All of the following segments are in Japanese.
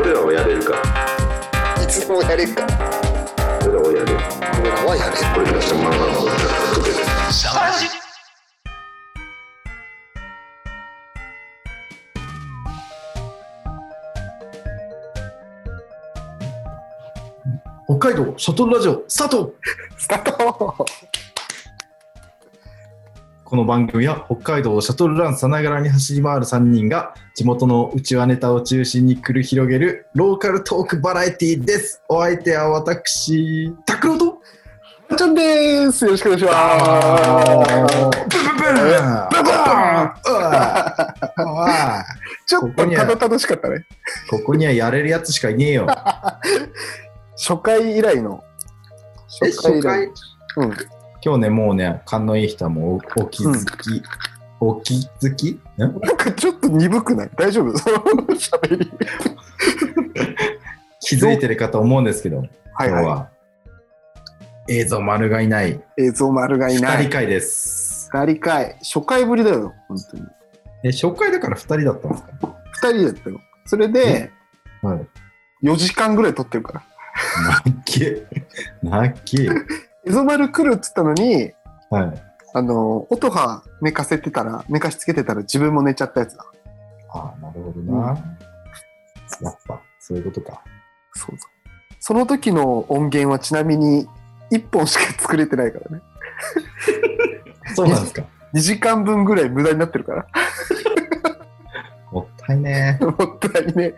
俺らはやれるからいつでもやれるから俺らはやれる俺らはやれる俺たちのままのことだとで北海道シャトルラジオスタートスタートこの番組は北海道をシャトルランさながらに走り回る3人が地元のうちわネタを中心に繰り広げるローカルトークバラエティですお相手は私拓郎とあちゃんですよろしくお願いしますブブブーブブーうわうわちょっとただただしかったねここにはやれるやつしかいねえよ初回以来のえ初回うん今日ねもうね勘のいい人はもうおお気づき、お気づきんなんかちょっと鈍くない大丈夫その喋り気づいてるかと思うんですけど は今い日は、は映像丸がいないい映像丸がいな2い人会です。二人かい初回ぶりだよ本当にえ、初回だから2人だったんですか二人だったよそれではい。 4時間ぐらい撮ってるからなっけ。なっけ。映像丸来るっつったのにはい。あの音羽寝かせてたら寝かしつけてたら自分も寝ちゃったやつだああ、なるほどな。やっぱ、そういうことか。そうそうその時の音源はちなみに1本しか作れてないからねそうなんですか。 2時間分ぐらい無駄になってるから もったいね。ももったいねっ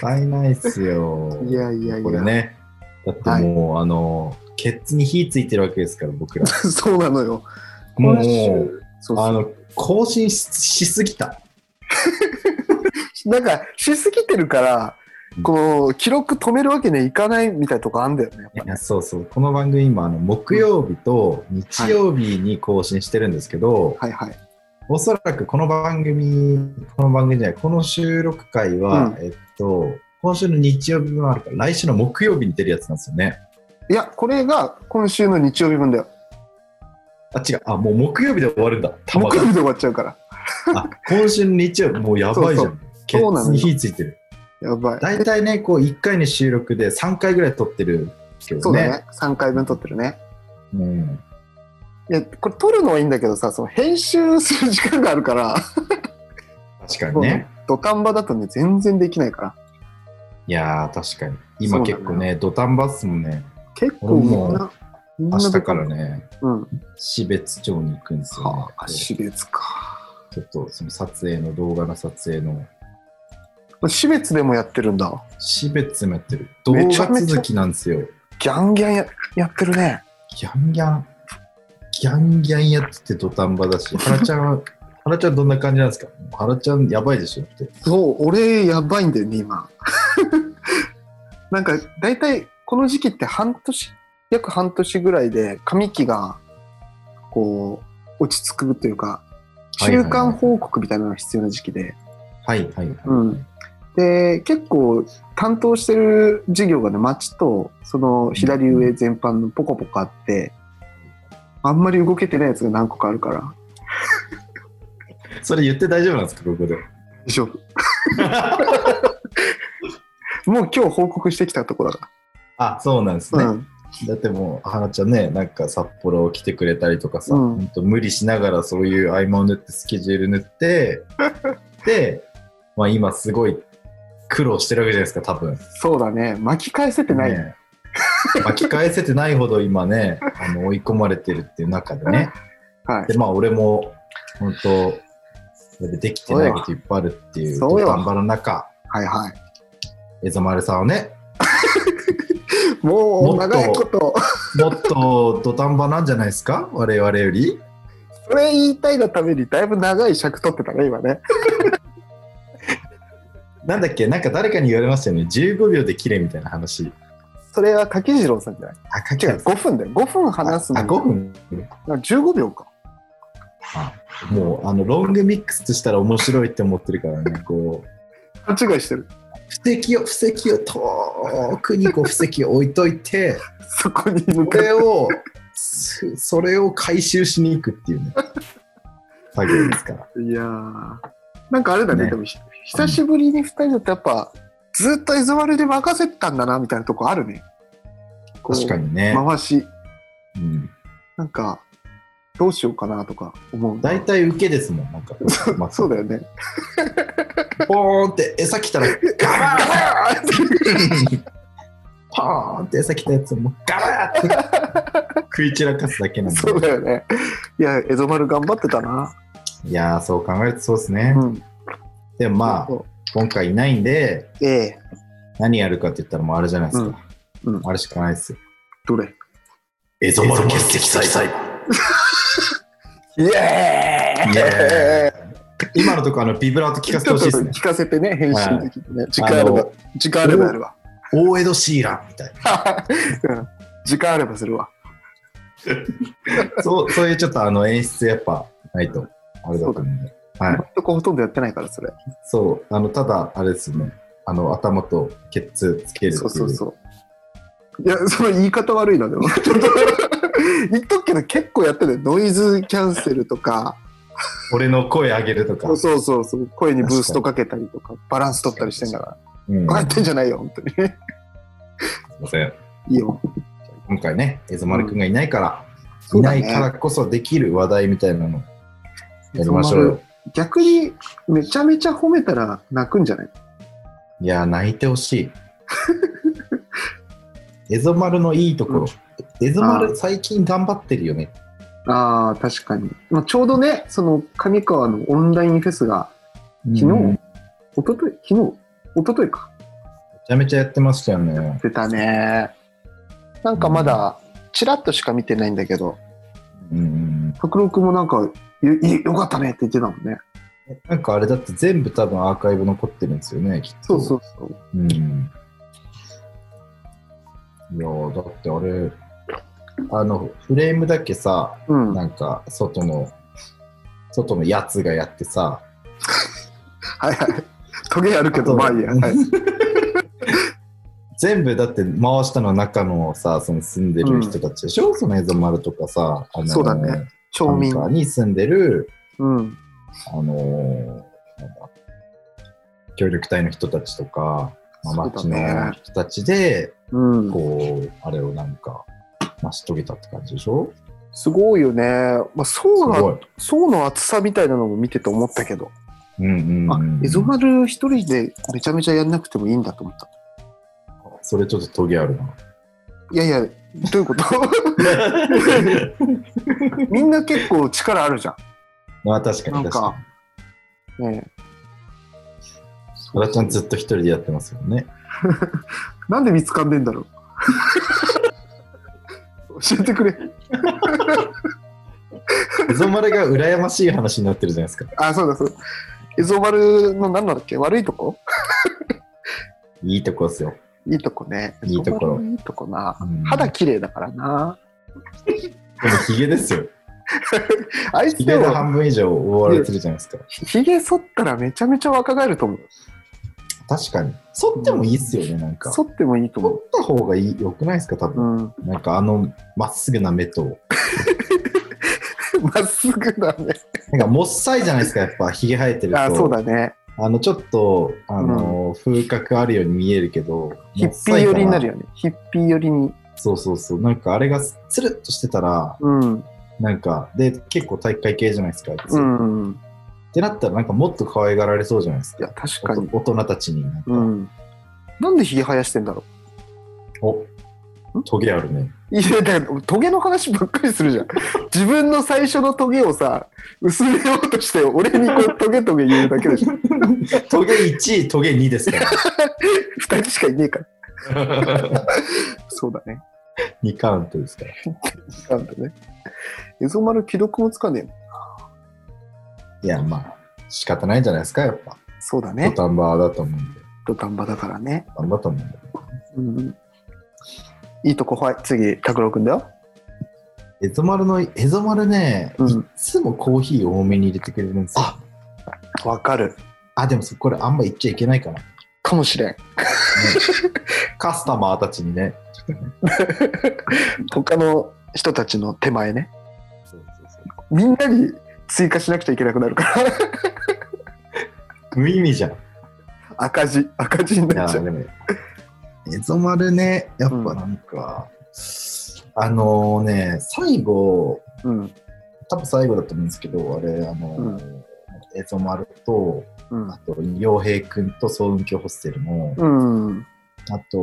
たいないっすよ。 いやいやいやこれね。だってもう、あの、ケツに火ついてるわけですから、僕ら。そうなのよも今う、週そうあその、更新ししすぎた。うなんかしすぎてるからうんこう記録止めるわけにはいかないみたいなとこあんだよねやっいぱねやそうそう。この番組今、あの木曜日と日曜日に更新してるんですけど、はいはいおそらくこの番組、この番組じゃない、この収録回は、えっと、今週の日曜日もあるから、来週の木曜日に出るやつなんですよね。いやこれが今週の日曜日分だよあ、違う、あ、もう木曜日で終わるんだ、たま木が曜。日で終わっちゃうからあ、今週の日曜日、もうやばいじゃん。ケそうなのツよに火ついてる。やばい大体ね、こう、1回の収録で3回ぐらい撮ってるけそどうね。だね3回分撮ってるねうん。いやこれ撮るのはいいんだけどさその編集する時間があるから確かにね。土壇場だとね全然できないからいやー、確かに。そう今なのよ結構ね、土壇場っすもんね。結構みんなみんな明日からね、うん標津町に行くんですよ、ね。はあ私別かちょっとその撮影の動画の撮影の私別でもやってるんだしべつめてる動め画ちゃめちゃ続きなんですよギャンギャンややってるねギャンギャンギャンギャンやってて土壇場だし原ちゃんは原ちゃんどんな感じなんですか原ちゃんやばいでしょってそう俺やばいんだよね 今なんか大体この時期って半年約半年ぐらいで髪期がこう落ち着くというかはいはいは中い間報告みたいなのが必要な時期ではいはいはい、うんで結構担当してる事業がね町とその左上全般のポコポコあってあんまり動けてないやつが何個かあるからそれ言って大丈夫なんですかここで大丈夫 もう今日報告してきたとこだかあそうなんですね、ら、うんだってもう原ちゃんねなんか札幌来てくれたりとかさ、うほんんと無理しながらそういう合間を縫ってスケジュール縫って で、まあ、今すごい苦労してるわけじゃないですか多分そうだね巻き返せてない、ね巻き返せてないほど 今ねあの追い込まれてるっていう中でねはいでまあ俺も本当できてないこといっぱいあるっていうそうよ頑張の中はいはい江ざ丸さんをねもうもっと長いこともっと土壇場なんじゃないですか我々よりそれ言いたいがためにだいぶ長い尺取ってたね今ねなんだっけなんか誰かに言われましたよね15秒で切れみたいな話それは滝次郎さんじゃないあか違う5分だよ5分話すあのに5分15秒かあもうあのロングミックスとしたら面白いって思ってるからねこう勘違いしてる布石を布石を遠くにこ う布石を置いといてそこに向そかってれを、すそれを回収しに行くっていうね、作業ですから。いやーなんかあれだねねでもひ久しぶりに2人だとやっぱずっとエゾワルで任せてたんだなみたいなとこあるねこう確かにね。回しうん。なんかどうしようかなとか思う大体受けですもん、なんか。まあ、そうだよ ねポーンって餌来たら、ガバーン ポーンって餌来たやつをもうガバー ンって食い散らかすだけなんで。そうだよねいやエゾマル頑張ってたないやー、そう考えるとそうですね。うんでもまあ、そう今回いないんで、そうええ何やるかって言ったらもうあれじゃないですか。うんうんあれしかないですよ。どれエゾマル欠席再裁イエーイイエ今のとこあのビブラート聞かせてほしいですね。聞かせてね、編集できてね。時間あればの、時間あればやるわ。大江戸シーランみたいうん時間あればするわ。な。そう、そういうちょっとあの演出やっぱないと、あれだと思うんで。はい。そこほとんどやってないから、それ。そう、あの、ただ、あれですよね。あの、頭とケツつけるってそいう。うそうそう。いや、その言い方悪いな、でも。 言っとくけど、結構やってるノイズキャンセルとか、俺の声上げるとか。そうそうそうそう、声にブーストかけたりとか、バランス取ったりしてんだから。うん、バカすやってんじゃないよ、本当に。いません。いいよ。今回ね、エゾマルくんがいないから、そういだなねいからこそできる話題みたいなのやりましょうよ。逆に、めちゃめちゃ褒めたら泣くんじゃないいやー、泣いて ほしい。エゾマルのいいところ。エゾあマル最近頑張ってるよね。ああ、確かに。まあ、ちょうどね、その上川のオンラインフェスが、昨昨日、め一昨日昨日、一昨日か。ちゃめちゃやってましたよね。出たね。なんかまだ、ちらっとしか見てないんだけど、うん。拓郎くんもなんか、よいよかったねって言ってたもんね。なんかあれだって全部多分アーカイブ残ってるんですよね、きっと。そうそうそう。うんいやーだってあれあのフレームだけさうん。はいなんか外の外のやつがやってさはい。トゲあるけど、まあいいや。はい、全部だって回したのは中のさその住んでる人たちでしょ、そのエゾマルとかさあのそうだねア町ン民。カーに住んでるうん。あのーなんだ協力隊の人たちとか、まそあ、町うだねの人たちで、うん。こうあれをなんか成し遂げたって感じでしょすごいよね。まあ、層すごの、い層の厚さみたいなのも見てて思ったけど。うんうんあうん、、エゾマル一人でめちゃめちゃやんなくてもいいんだと思った。それちょっとトゲあ るな。いやいや、どういうこと みんな結構力あるじゃまあ確かなにんか確かに。ん。ねえ小田ちゃんずっと一人でやってますよね。なんで見つかんねえんだろ う教えてくれ。エゾマルが羨ましい話になってるじゃないですか。あ、そうだそうだ。エゾマルの何なんだっけ悪いとこいいとこですよ。いいとこね。いいところエゾマルいいとこなうん。肌綺麗だからな。でもヒゲですよ。あいつヒでゲでも半分以上覆われてるじゃないですか。ひげ剃ったらめちゃめちゃ若返ると思う。確かに。剃ってもいいっすよね、なんか。剃剃っってもいいと思た方がいいよくないですか、多う。う分。ん。 なんかあのまっすぐな目と。まっすぐだね。なんかもっさいじゃないですか、やっぱヒゲ生えてると。あ、そうだね。あのちょっと、あの風格あるように見えるけど、ヒもっッピーさいか寄らりになるよね。ヒッピー寄りに。そうそうそう。なんかあれがつるっとしてたら、うん。なんか、で、結構体育会系じゃないですか、あいつ。うっん。いてなったら、なんかもっと可愛がられそうじゃないですや、か。確おかに。と大人たちになんか、うん。なんでひげ生やしてんだろおトゲあるね。ういや、だからトゲの話ばっかりするじゃん。自分の最初のトゲをさ、薄めようとして、俺にこうトゲトゲ言うだけでしょ。 トゲ1、トゲ2ですか二人しかいねえから。 ら。そうだね。 2カウントですから。なんだね。エゾマル既読もつかねえもんいや、まあ、仕方ないんじゃないですか、やっぱ。そうだ土ね。壇場だと思うんで。土壇場だからね。土壇場だと思うんで。うん。いいとこ、はい。次、拓郎くんだよ。エゾマルの、エゾマルね、うんいっつもコーヒー多めに入れてくれるんですよ。わかる。あ、でもそこれあんま言っちゃいけないかな。かもしれん。カスタマーたちにね。他の人たちの手前ね。そうそうそうみんなに追加しなくちゃいけなくなるから。無意味じゃん。赤字、赤字にいなやっちゃーう。でもエゾマルねやっぱなんか、あのね最後うん。多分最後だと思うんですけどあれあの、うんエゾマルとうんあ。と陽平くんと総運鏡ホステルの、うん。あとあ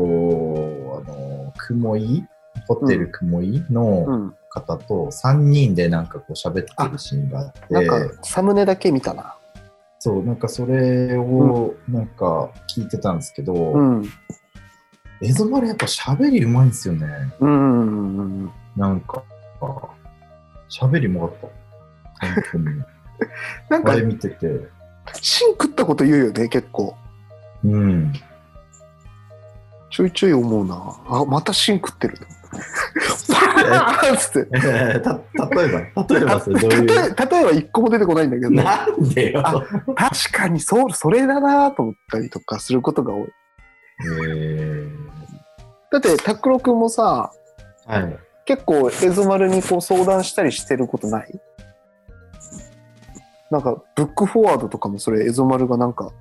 の雲井ホテル雲井うのん。方と3人でなんかこう喋ってるシーンがあって、なんか、サムネだけ見たな。そうなんかそれをなんか聞いてたんですけど、うん。エゾマルやっぱ喋りうまいんですよね。うん。うんなんか、喋りもかった。本 当に。なんあかれ、見てて。芯食ったこと言うよね、結構。うん。ちょいちょい思うな。あ、また芯食って る。バーンっつって。た、例えば、例えばそれどう例えいう。例えば一個も出てこないんだけど、なんでよ。確かにそう、それだなと思ったりとかすることが多い。えー、だって、拓郎くんもさ、はい。結構、エゾマルにこう相談したりしてることないなんか、ブックフォワードとかもそれ、エゾマルがなんか、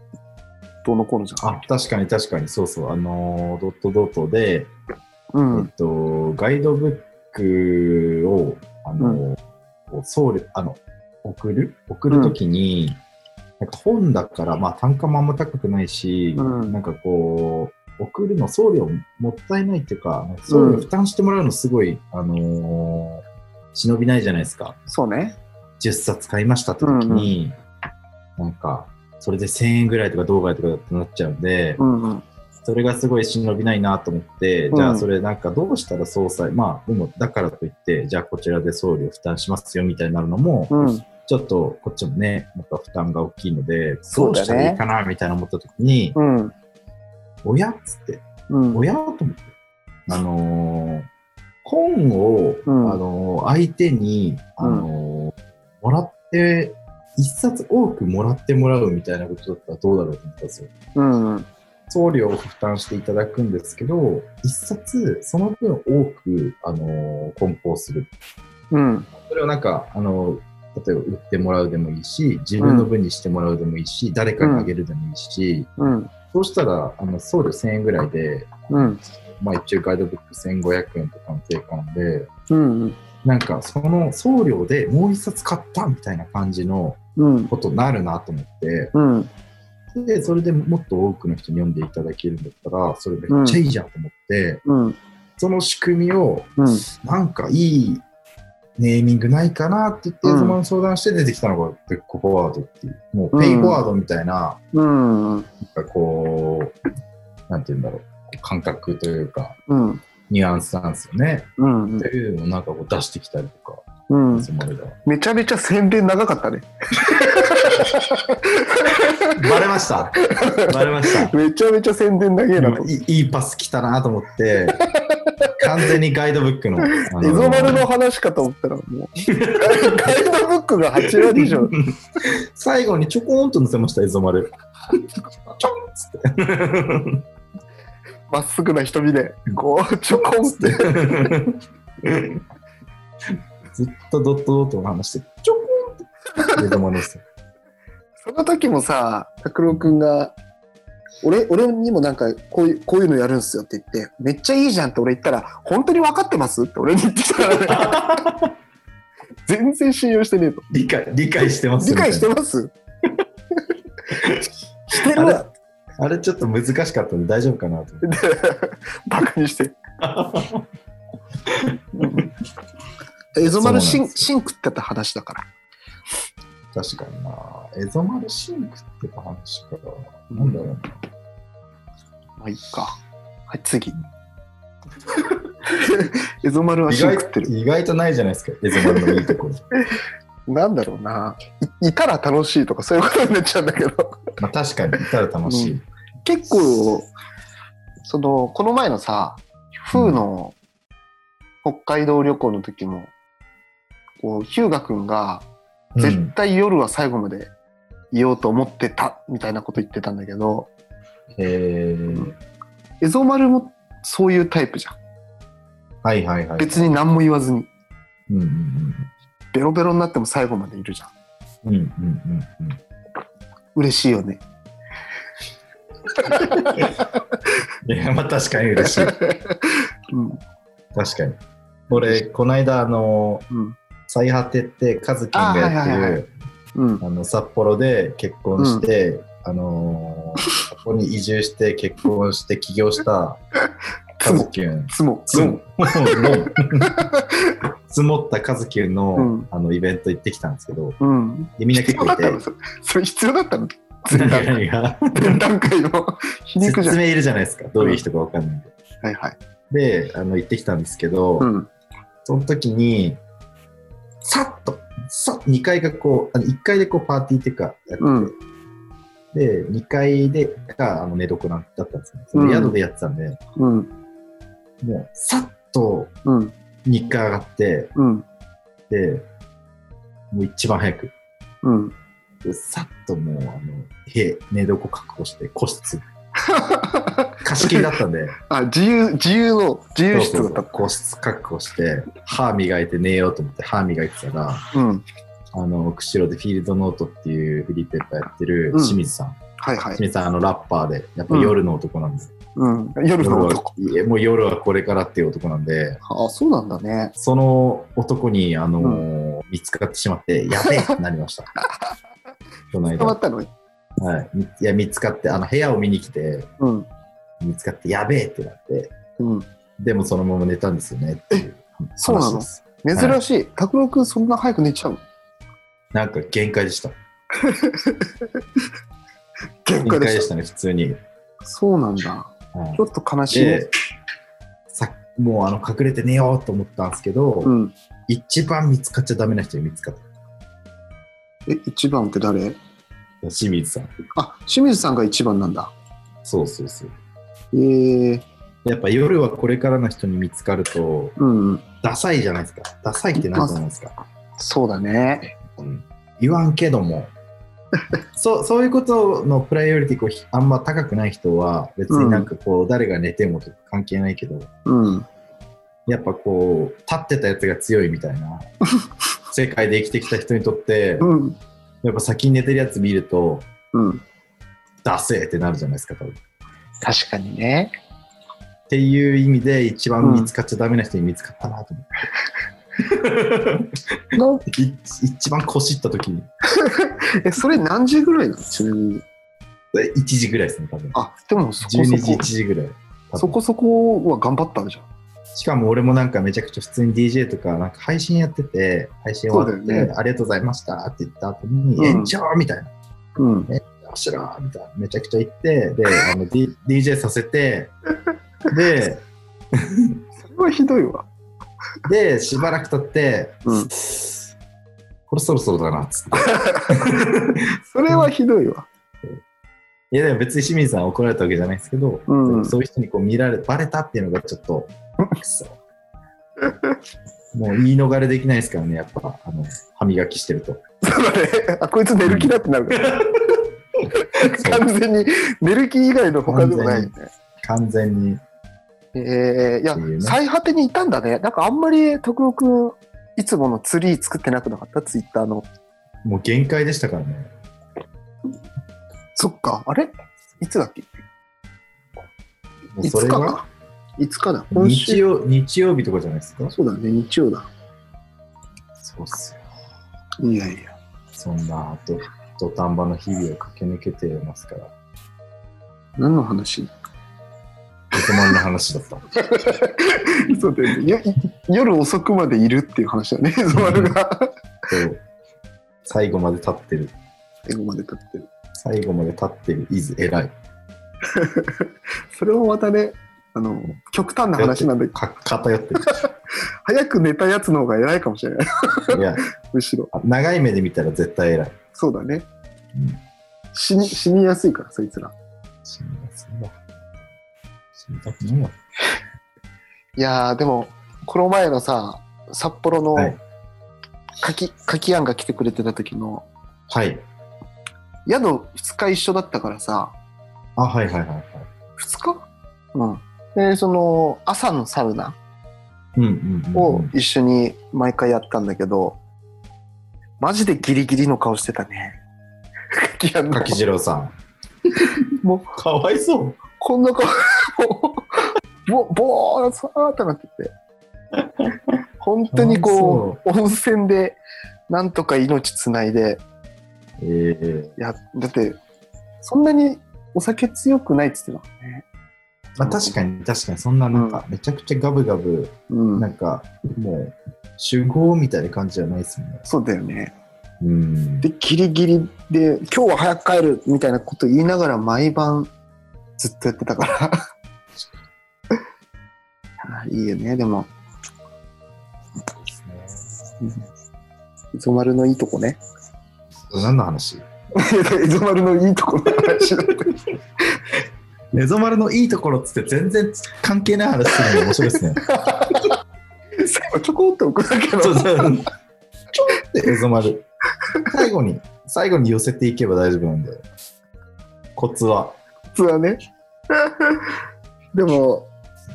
どうのこうのじゃん。あ、確かに確かに、そうそう。あのードットドットで、うえん。っと、ガイドブックを、あのーこう送料、あの、送る送るときに、なんか本だから、まあ単価もあんま高くないし、うんなんかこう、送るの送料もったいないっていうか、送料負担してもらうのすごい、あのー忍びないじゃないですか。そうね。 10冊買いましたって時に、なんか、それで1000円ぐらいとか動画とかってなっちゃうんで、うんうん。それがすごい忍びないなと思って、うんじゃあそれなんかどうしたら総裁、まあでもだからといって、じゃあこちらで送料負担しますよみたいになるのも、うん。ちょっとこっちもね、なんか負担が大きいので、そうだねどしたらいいかなみたいな思った時に、うん。親っつって、うん。親と思って、あのー本を、うんあのー相手に、あのーもらって、一冊多くもらってもらうみたいなことだったらどうだろうと思ったんですよ。うん。うん。送料を負担していただくんですけど、一冊その分多く、あのー梱包する。うん。それをなんか、あのー例えば売ってもらうでもいいし、自分の分にしてもらうでもいいし、誰かにあげるでもいいし、うん。そうしたら、あの送料1000円ぐらいで、うん。まあ一応ガイドブック1500円とかの定価なんで、うん。なんかその送料でもう一冊買ったみたいな感じのうん。ことになるなと思って、うん。で、それでもっと多くの人に読んでいただけるんだったら、それめっちゃいいじゃんと思って、うん。その仕組みを、うん。なんかいいネーミングないかなって言って、うんその相談して出てきたのが、ブックフォワードっていう、もうペイフォワードみたいな、うん。なんかこう、なんて言うんだろう、感覚というか、うん。ニュアンスなんですよね。うんっ。ていうのをなんかこう出してきたりとか、うん。そのあれだめちゃめちゃ宣伝長かったね。バレました。バレました。めちゃめちゃ宣伝だけやなと今。いいいいパス来たなと思って、完全にガイドブックの。あエゾマルの話かと思ったら、もう、ガイドブックが8割以上。最後にちょこんと乗せました、エゾマル。ちょんっつって。まっすぐな瞳で、こう、ちょこんって。ずっとドットドットの話して、ちょこんって。エゾマルですよ。その時もさ、拓郎くんが、俺、俺にもなんか、こういう、こういうのやるんすよって言って、めっちゃいいじゃんって俺言ったら、本当に分かってますって俺に言ってきたから ね。全然信用してねえと。理解、理解してます理みたいな解してます してるわあれちょっと難しかったんで大丈夫かなと思って。 バカにして。エゾマルシンシン食ってた話だから。確かにな。エゾマルシンクってた話か。なんだろうな。まあいいか。はい、次。 エゾマルはシン食ってる。意外とないじゃないですか、エゾマルのいいとこ ろ。なんだろうな。いいたら楽しいとかそういうことになっちゃうんだけど。まあ確かに、いたら楽しい。結構、その、この前のさ、フーの北海道旅行の時も、こう、ヒューガくんが、うん絶対夜は最後までいようと思ってたみたいなこと言ってたんだけど、えー、エゾマルもそういうタイプじゃん。はいはいはい。別に何も言わずに、うんうんベロベロになっても最後までいるじゃん。うん。うんうんうんうん。嬉しいよね。いや、まあ確かに嬉しい。うん確かに。俺、この間、あの、うん最果てって、カズキンがやってあはいはいはいはる、うんあの、札幌で結婚して、あのー、札幌に移住して結婚して起業したカズキュン。つもつも、 ロン積もったカズキュンの、うんあの、イベント行ってきたんですけど、うんでみんな必結要構だいったての、それそれ必要だったの 前何が 段前何が段階の 皮肉じゃ説ん明いるじゃないですか、どういう人かわかんないんで。はいはいで、あの、行ってきたんですけど、うんその時に、さっと、さっ2階がこう、あの1階でこうパーティーっていうか、やってうんで、2階でがあの寝床なんだったんですね。その宿でやってたんで、うんもう、さっとうん2階上がって、うんで、もう一番早く、うんでさっともう、あの、部屋、寝床確保して、個 室、貸し切りだったんで、あ自由自由の自由室だった個室確保して、歯磨いて寝ようと思って歯磨いてたら、うんあの、釧路でフィールドノートっていうフリーペーパーやってるうん清水さん。はいはい清水さん、あの、ラッパーで、やっぱ夜の男なんです。うん夜の男夜はいやもう夜はこれからっていう男なんで、あそうなんだねその男に、あのー見つかってしまって、やべえってなりま した。この間。捕まはったのい。みいや、見つかって、あの、部屋を見に来て、うん見つかって、やべえってなって、うんでもそのまま寝たんですよねっていうそうなの話です。珍しい拓郎くんそんな早く寝ちゃうのなんか限界でした。限界限界ででししたね、普通に。たそうなんだはいちょっと悲しいねでさもうあの隠れて寝ようと思ったんですけど、うん一番見つかっちゃダメな人に見つかったえ一番って誰清水さんあ清水さんが一番なんだそうそうそうえー、やっぱ夜はこれからの人に見つかるとうんうんダサいじゃないですかダサいってなんじゃないですか、そうだねうん言わんけどもそうそういうことのプライオリティこうひあんま高くない人は別になんかこう、誰が寝てもとか関係ないけどうんやっぱこう立ってたやつが強いみたいな世界で生きてきた人にとってうんやっぱ先に寝てるやつ見るとうんダセーってなるじゃないですか、多分。っ確かにねていう意味で、一番見つかっちゃダメな人に見つかったなと思って。のい一番こしった時に。えそれ何時ぐらいなのちなみにえ1時ぐらいですね、多分。あでもそこ12そ時、こ1時ぐらい。多分そこそこは頑張ったんじゃんしかも俺もなんかめちゃくちゃ普通に DJ とか、なんか配信やってて、配信終わっそうだよて、ねありがとうございましたって言った後に、うん延長みたいな。うんよっしゃーみたいな。めちゃくちゃ言って、で、 あの、D、DJ させて、で、それはひどいわで、しばらく経って、うんこれそろそろだなっつって。それはひどいわいや、でも別に清水さん怒られたわけじゃないですけど、うんそういう人にこう見られ、バレたっていうのがちょっ と、くそもう言い逃れできないですからね、やっぱ、あの、歯磨きしてると。そうだねあこいつ寝る気だってなるからそう 完全に寝る気以外の他でもないよね完全に。えー、いや、っていうね最果てにいたんだね。なんかあんまり徳郎くん、いつものツリー作ってなくなかったツイッターの。もう限界でしたからね。そっか、あれいつだっけもういそつれかはか。いつかだ。今日週。曜、日曜日とかじゃないですか。そうだね、日曜だ。そうっすよ。いやいや。そんな、ど、土壇場の日々を駆け抜けてますから。何の話ポケモンの話だった。 そうだよねよ夜遅くまでいるっていう話だね、 ゾマルが。そう最後まで立ってる。英語まで立ってる。最後まで立ってる。イズ偉い。それもまたね、あの、極端な話なんで、か偏って早く寝たやつの方が偉いかもしれない。 る。いや、むしろ。長い目で見たら絶対偉い。そうだねうん。死に、死にやすいから、そいつら。死にますわ。死にたくないわ。いやーでもこの前のさ札幌のはい柿、柿庵が来てくれてた時のはい。宿2日一緒だったからさあ、はいはいはいはい。 2日うんでその朝のサウナうんうんうん、うをん。一緒に毎回やったんだけど、マジでギリギリの顔してたね 柿庵の柿次郎さん。 もう、かわい そう。こんな顔、もう、ぼ、ぼーっとーっとなってて。本当にこう、温泉で、なんとか命つないで、えいえや、だって、そんなにお酒強くないっつってたもんね。まあ確かに確かに、そんななんか、めちゃくちゃガブガブ、うん。なんか、もう、集合みたいな感じじゃないですもんね。そうだよね。うん。で、ギリギリで、今日は早く帰るみたいなこと言いながら毎晩ずっとやってたから。 あいいよね、でも、磯丸のいいとこね。 何の話磯丸のいいとこの話 だった。ネゾマルのいいところっつって全然関係ない話するのが面白いですね。最後ちょこっと置くだけどちょ。っとネゾマル。最後に、最後に寄せていけば大丈夫なんで。コツは。普通はね でも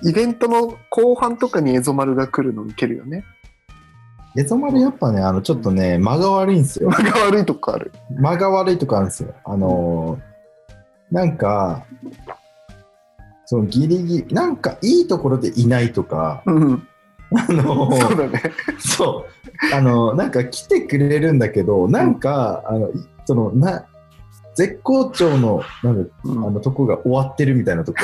イベントの後半とかにエゾ丸が来るのウケるよね ネゾマルやっぱね、あの、ちょっとね、間が悪いんですよ。間が悪いとこある間が悪いとかあるんですよ。あのーなんか、そのギリギリ、なんかいいところでいないとか、うんあのーそうだねそう。あの、なんか来てくれるんだけど、なんか、あの、いその、な、絶好調の、なんか、うあんの、とこが終わってるみたいなとこ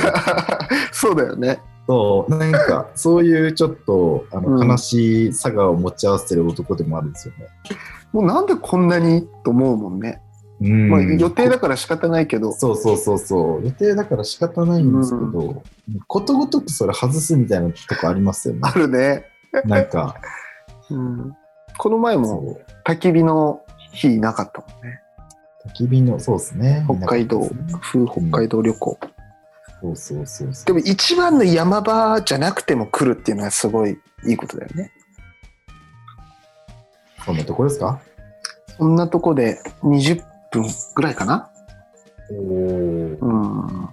そうだよねと、なんか、そういうちょっと、あうの、ん悲しい佐賀を持ち合わせてる男でもあるんですよね。もうなんでこんなにと思うもんね、うんまあ、予定だから仕方ないけどそうそうそうそう。予定だから仕方ないんですけど、ことごとくそれ外すみたいなとこありますよねあ。るね、なんか、うん、この前も そう。焚き火の日なかったもんね焚き火の、そうですね。北海道田舎ですね風北海道旅行、そうそうそうそう。でも一番の山場じゃなくても来るっていうのはすごいいいことだよねそんなとこですかそんなとこで20分ぐらいかなおお。うん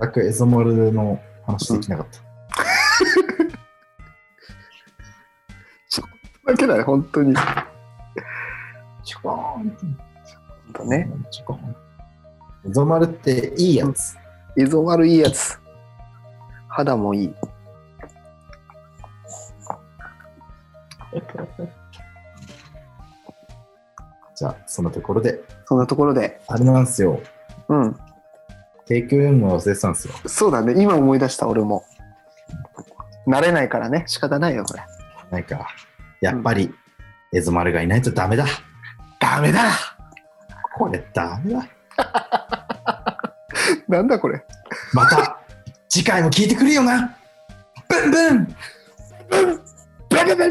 全くエゾマルの話できなかった。だけだよ、本当に。チコーン本当ね。。チコーン。エゾマルっていいやつ。映像悪いやつ。肌もいい。じゃあ、そのところで、そんなところで。あれなんですよ。うん。提供読むの忘れてたんですよ。そうだね。今思い出した、俺も。慣れないからね。仕方ないよ、これ。 なんか、やっぱり、エゾマルがいないとダメだ。ダメだこれダメだ。なんだこれ。また、次回も聞いてくれよな。ブンブンバカだ